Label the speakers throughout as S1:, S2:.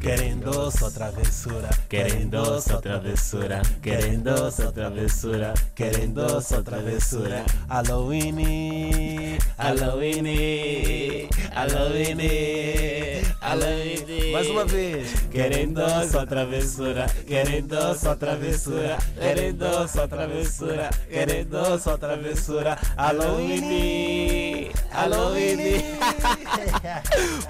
S1: Querendo só travessura, querendo só travessura, querendo só travessura, querendo só travessura. Halloween, Halloween, Halloween, Halloween. Mais uma vez. Querendo só travessura, querendo só travessura, querendo só travessura, querendo só travessura. Halloween, Halloween.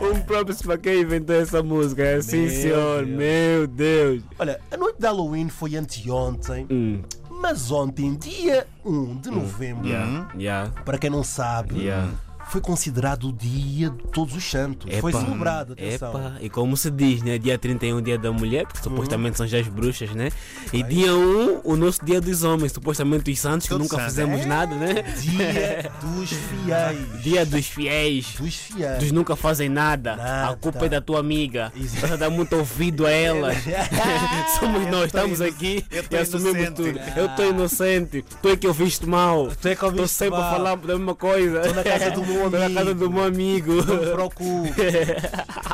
S2: Um próprio para quem inventou essa música. É, sim,
S1: Meu
S2: senhor.
S1: Deus.
S2: Meu Deus.
S1: Olha, a noite de Halloween foi anteontem,
S2: Hum.
S1: mas ontem, dia 1 de novembro,
S2: Yeah. Yeah.
S1: para quem não sabe,
S2: Hum. Yeah.
S1: foi considerado o dia de todos os santos. Hum. Foi
S2: Epá.
S1: celebrado, atenção.
S2: Epa, e como se diz, né? Dia 31, dia da mulher, porque supostamente
S1: Hum.
S2: são já as bruxas, né? E dia 1, o nosso dia dos homens, supostamente os santos, que
S3: Todos
S2: nunca
S3: santos.
S2: fizemos nada, né?
S1: É. Dia dos fiéis.
S2: Dia dos fiéis,
S1: Dos fiéis.
S2: dos nunca fazem nada.
S1: Nada.
S2: A culpa é da tua amiga.
S1: Isso.
S2: Você dá muito ouvido a elas. Somos
S3: Eu
S2: nós,
S3: tô
S2: estamos
S3: ino-
S2: aqui
S3: eu tô
S2: e assumimos
S3: inocente.
S2: tudo. Eu estou inocente, tu é que ouviste mal.
S1: Tu é que
S2: Estou
S1: ouviste
S2: sempre a
S1: mal.
S2: falar da mesma coisa.
S1: Tô na casa do meu
S2: Tô na casa
S1: amigo.
S2: do meu amigo.
S1: Não me preocupe.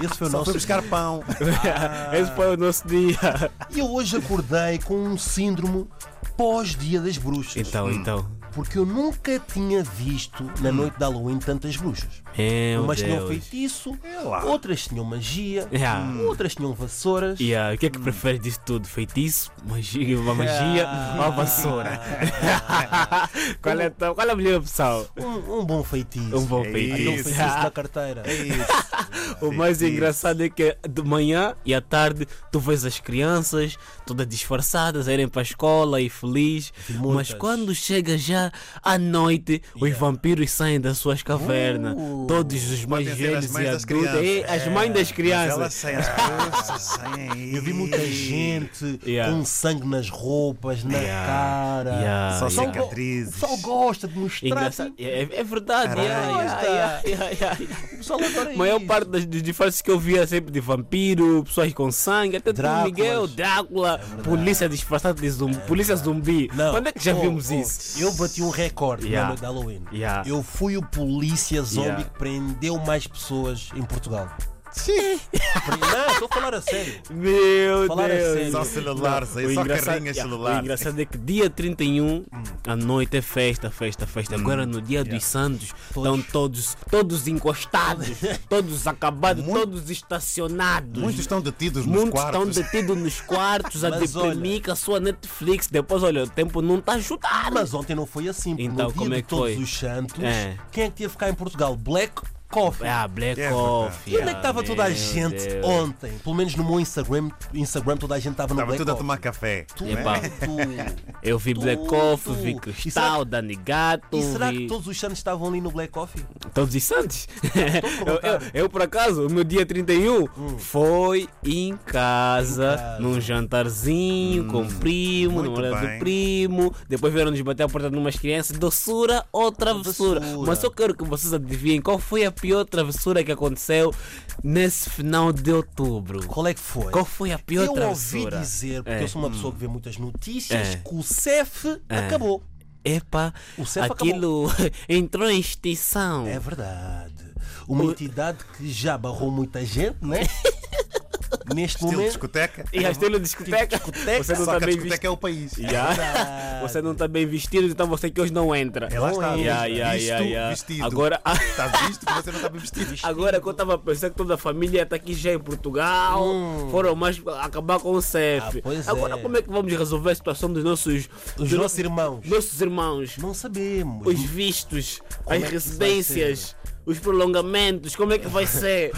S1: Esse foi o
S3: Só
S1: nosso.
S3: fui buscar pão.
S2: Esse foi o nosso dia.
S1: E eu hoje acordei com um síndrome pós-dia das bruxas.
S2: Então, então.
S1: Porque eu nunca tinha visto na noite de Halloween tantas bruxas.
S2: Meu
S1: Umas tinham
S2: Deus.
S1: feitiço,
S3: É lá. Hum.
S1: outras tinham magia,
S2: Yeah.
S1: outras tinham vassouras.
S2: Yeah, o que é que
S1: Hum.
S2: preferes disso tudo? Feitiço, magia, uma magia
S3: Ah.
S2: ou a vassoura? qual, é a tua- qual é a melhor opção?
S1: Um, um bom feitiço.
S2: Um bom
S3: É
S1: Aquele
S2: feitiço.
S1: feitiço
S2: Ah,
S1: da carteira.
S2: o mais engraçado é que de manhã e à tarde tu vês as crianças todas disfarçadas a irem para a escola e feliz, mas
S1: muitas.
S2: quando chega já à noite, os vampiros saem das suas cavernas,
S1: Uh.
S2: todos os mais
S3: Podem ser as
S2: velhos e
S3: mães das
S2: adultos,
S3: crianças. É,
S2: e as mães das
S3: Mas
S2: crianças.
S3: elas saem as coisas, saem aí.
S1: Eu vi muita gente
S2: Yeah.
S1: com sangue nas roupas, na cara.
S2: Yeah,
S3: Só
S1: O pessoal
S2: yeah.
S1: go-
S3: cicatrizes.
S1: O pessoal gosta de mostrar.
S2: Engraçado.
S1: assim,
S2: É, é verdade.
S3: Caralho.
S2: Yeah, yeah, yeah, yeah, yeah.
S1: O pessoal adora
S2: A maior
S1: isso.
S2: parte das- dos disfarces que eu via sempre de vampiro, pessoas com sangue, até Dom
S1: Dráculas.
S2: Miguel, Drácula,
S3: É
S2: polícia disfarçada de zumbi, polícia zumbi.
S1: Não.
S2: Quando é que já
S1: Oh,
S2: vimos
S1: oh,
S2: isso?
S1: Eu bati um recorde
S2: Yeah.
S1: na noite de Halloween.
S2: Yeah.
S1: Eu fui o polícia zombie
S2: Ah. Yeah.
S1: que prendeu mais pessoas em Portugal. Sim. Não, estou a falar a sério.
S2: Meu
S1: Falar a
S2: Deus.
S1: sério.
S3: Só celulares aí,
S2: O
S3: só
S2: engraçado-
S3: carrinhas
S2: yeah, O
S3: celulares.
S2: engraçado é que dia
S1: Hum.
S2: 31, à noite é festa, festa, festa. Agora no dia dos santos, estão todos, todos encostados, todos acabados,
S3: Muito-
S2: todos estacionados.
S3: Muitos estão detidos nos
S2: Muitos estão
S3: quartos.
S2: detidos nos quartos a
S1: Mas
S2: deprimir
S1: olha-
S2: com a sua Netflix. Depois, olha, o tempo não tá está ajudado.
S1: Mas ontem não foi assim. porque
S2: Então,
S1: no dia
S2: como é
S1: de
S2: que
S1: todos
S2: foi?
S1: os santos,
S2: É.
S1: quem é que teve cá em Portugal? Black Coffee.
S2: Ah, Black
S3: É
S2: Coffee.
S1: E onde é que estava
S2: ah,
S1: toda a
S2: meu
S1: gente
S2: Deus.
S1: ontem? Pelo menos no meu Instagram, Instagram toda a gente estava no
S3: Estava
S1: Black
S3: tudo a
S1: Coffee.
S3: tomar café.
S1: Tudo,
S3: né?
S2: Epá.
S1: tudo.
S2: Eu vi Black
S1: Tudo.
S2: Coffee, vi
S1: E
S2: Cristal,
S1: será
S2: Dani Gato,
S1: E será
S2: vi
S1: que todos os santos estavam ali no Black Coffee?
S2: todos os santos.
S1: a
S2: eu, eu,
S1: contar.
S2: eu, por acaso, o meu dia 31 foi em casa,
S1: Hum. Em casa. Hum.
S2: num jantarzinho com o primo,
S3: muito
S2: namorado do
S3: bem.
S2: primo. Depois vieram-nos bater a porta de umas crianças. Doçura ou travessura?
S1: Doçura.
S2: Mas eu quero que vocês adivinhem qual foi a pior travessura que aconteceu nesse final de outubro.
S1: Qual é que foi?
S2: Qual foi a pior
S1: eu ouvi
S2: travessura?
S1: dizer, porque
S2: É.
S1: eu sou uma pessoa que vê muitas notícias,
S2: É.
S1: que o CEF acabou.
S2: Epa,
S1: O Cefa
S2: aquilo entrou em extinção.
S1: É verdade. Uma entidade que já barrou muita gente, né? Neste
S3: Estilo
S1: momento.
S3: discoteca.
S2: E a estilo discoteca. Você não tá está
S3: Só que a
S2: bem
S3: discoteca
S2: vestido.
S3: é o país.
S2: Yeah. Você não está bem vestido, então você que hoje não entra.
S3: É lá está.
S2: Yeah, yeah,
S3: visto,
S2: yeah, yeah.
S3: vestido.
S2: Agora,
S3: Está visto que você não está bem vestido.
S2: agora que eu estava pensando que toda a família está aqui já em Portugal, foram mais acabar com o CEF.
S1: Hum. Ah, pois
S2: agora,
S1: é.
S2: como é que vamos resolver a situação dos nossos,
S1: Os
S2: dos
S1: nossos irmãos.
S2: nossos irmãos?
S1: Não sabemos.
S2: Os vistos,
S1: Como é
S2: as
S1: que isso vai
S2: residências, os prolongamentos, como é que vai ser?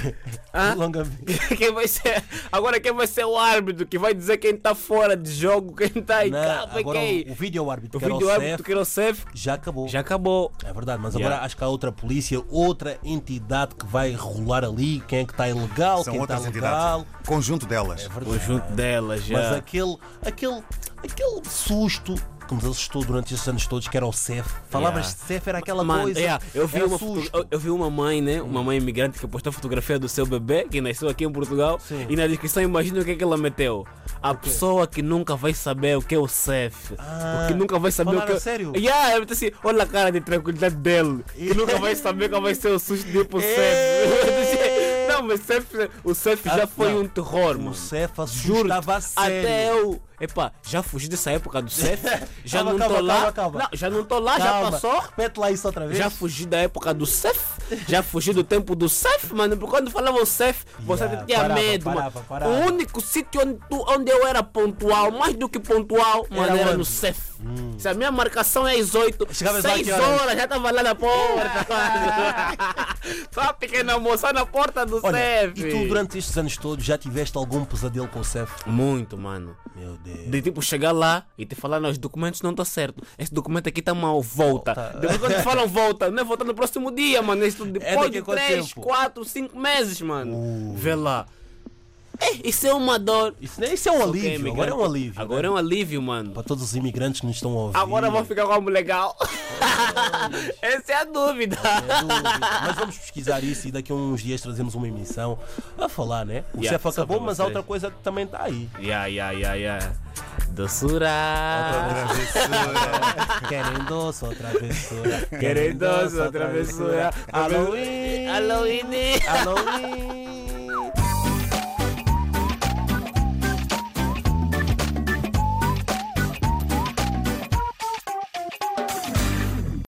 S2: Hã?
S1: Longamente.
S2: Quem vai ser? Agora quem vai ser o árbitro que vai dizer quem está fora de jogo, quem está em
S1: Não,
S2: campo, e
S1: Né, agora
S2: quem?
S1: o, o vídeo árbitro
S2: é O
S1: que era o
S2: vídeo árbitro
S1: CEF
S2: que era o CEF
S1: um já acabou.
S2: já acabou.
S1: É verdade, mas
S2: Yeah.
S1: agora acho que há outra polícia, outra entidade que vai rolar ali, quem é que está ilegal,
S3: São
S1: quem está
S3: outras
S1: legal.
S3: entidades. Conjunto delas.
S1: É verdade.
S2: Conjunto delas já.
S1: Mas aquele, aquele, aquele susto que nos assustou durante esses anos todos, que era o CEF. Falavas
S2: Yeah.
S1: de CEF, era aquela
S2: Mano,
S1: coisa.
S2: é, eu, vi
S1: era
S2: uma foto-
S1: susto.
S2: eu, eu vi uma mãe, né? Uma mãe imigrante que postou a fotografia do seu bebê, que nasceu aqui em Portugal.
S1: Sim.
S2: E na descrição, imagina o que é que ela meteu. A pessoa que nunca vai saber o que é o CEF.
S1: Ah,
S2: o que nunca vai saber o que
S1: falaram sério?
S2: Yeah, ela meteu assim, olha a cara de tranquilidade dele. Que nunca vai saber qual vai ser o susto de ir pro CEF. Eu disse, Não, mas surf- o surf
S1: É.
S2: já
S1: Ah,
S2: foi
S1: não.
S2: um terror,
S1: O
S2: mano.
S1: Cefa
S2: Juro,
S1: assustava a sério.
S2: até eu. Epá, já fugi dessa época do surf. Já
S1: Calma,
S2: não
S1: calma,
S2: tô lá.
S1: calma, calma.
S2: Não, já não tô lá, já
S1: Calma,
S2: passou.
S1: Ah, Repete lá isso outra vez.
S2: Já fugi da época do surf, já fugi do tempo do surf, mano, porque quando falavam surf, você
S1: Yeah,
S2: tinha
S1: parava,
S2: medo,
S1: parava,
S2: mano.
S1: parava.
S2: O único sítio onde, tu- onde eu era pontual, mais do que pontual, mano, era,
S1: onde? Hum.
S2: no surf. Se a minha marcação é às 8,
S1: Chegava às
S2: 6
S1: oito horas.
S2: horas, já tava lá na porta. quase. Só a pequena moça na porta do
S1: Olha,
S2: surf.
S1: e tu durante estes anos todos já tiveste algum pesadelo com o Cefa?
S2: Muito, mano.
S1: Meu Deus.
S2: De tipo chegar lá e te falar, não, os documentos não estão certo. Esse documento aqui tá mal, volta.
S1: Volta. É
S2: Depois quando te falam volta, não é volta no próximo dia, mano. É Isso depois
S1: daqui a
S2: de
S1: quanto
S2: 3,
S1: tempo?
S2: 4, 5 meses, mano. Vê lá. É, isso é uma dor.
S1: Isso, não é- isso é um
S2: Ok,
S1: alívio, agora
S2: imigrante.
S1: é um alívio.
S2: Agora
S1: né?
S2: é um alívio, mano.
S1: Para todos os imigrantes que nos estão a ouvir.
S2: Agora vou ficar como legal. Essa é a dúvida.
S1: É dúvida. Mas vamos pesquisar isso e daqui a uns dias trazemos uma emissão a falar, né? O
S2: Yeah,
S1: Cefa
S2: só
S1: acabou,
S2: pra
S1: mas há
S2: vocês.
S1: outra coisa que também está aí.
S2: Ya, ya, ya, ya. Doçura.
S3: Travessura.
S1: Querem doce ou travessura?
S2: Querem doce, travessura.
S1: tá Halloween!
S2: Halloween.
S1: Halloween!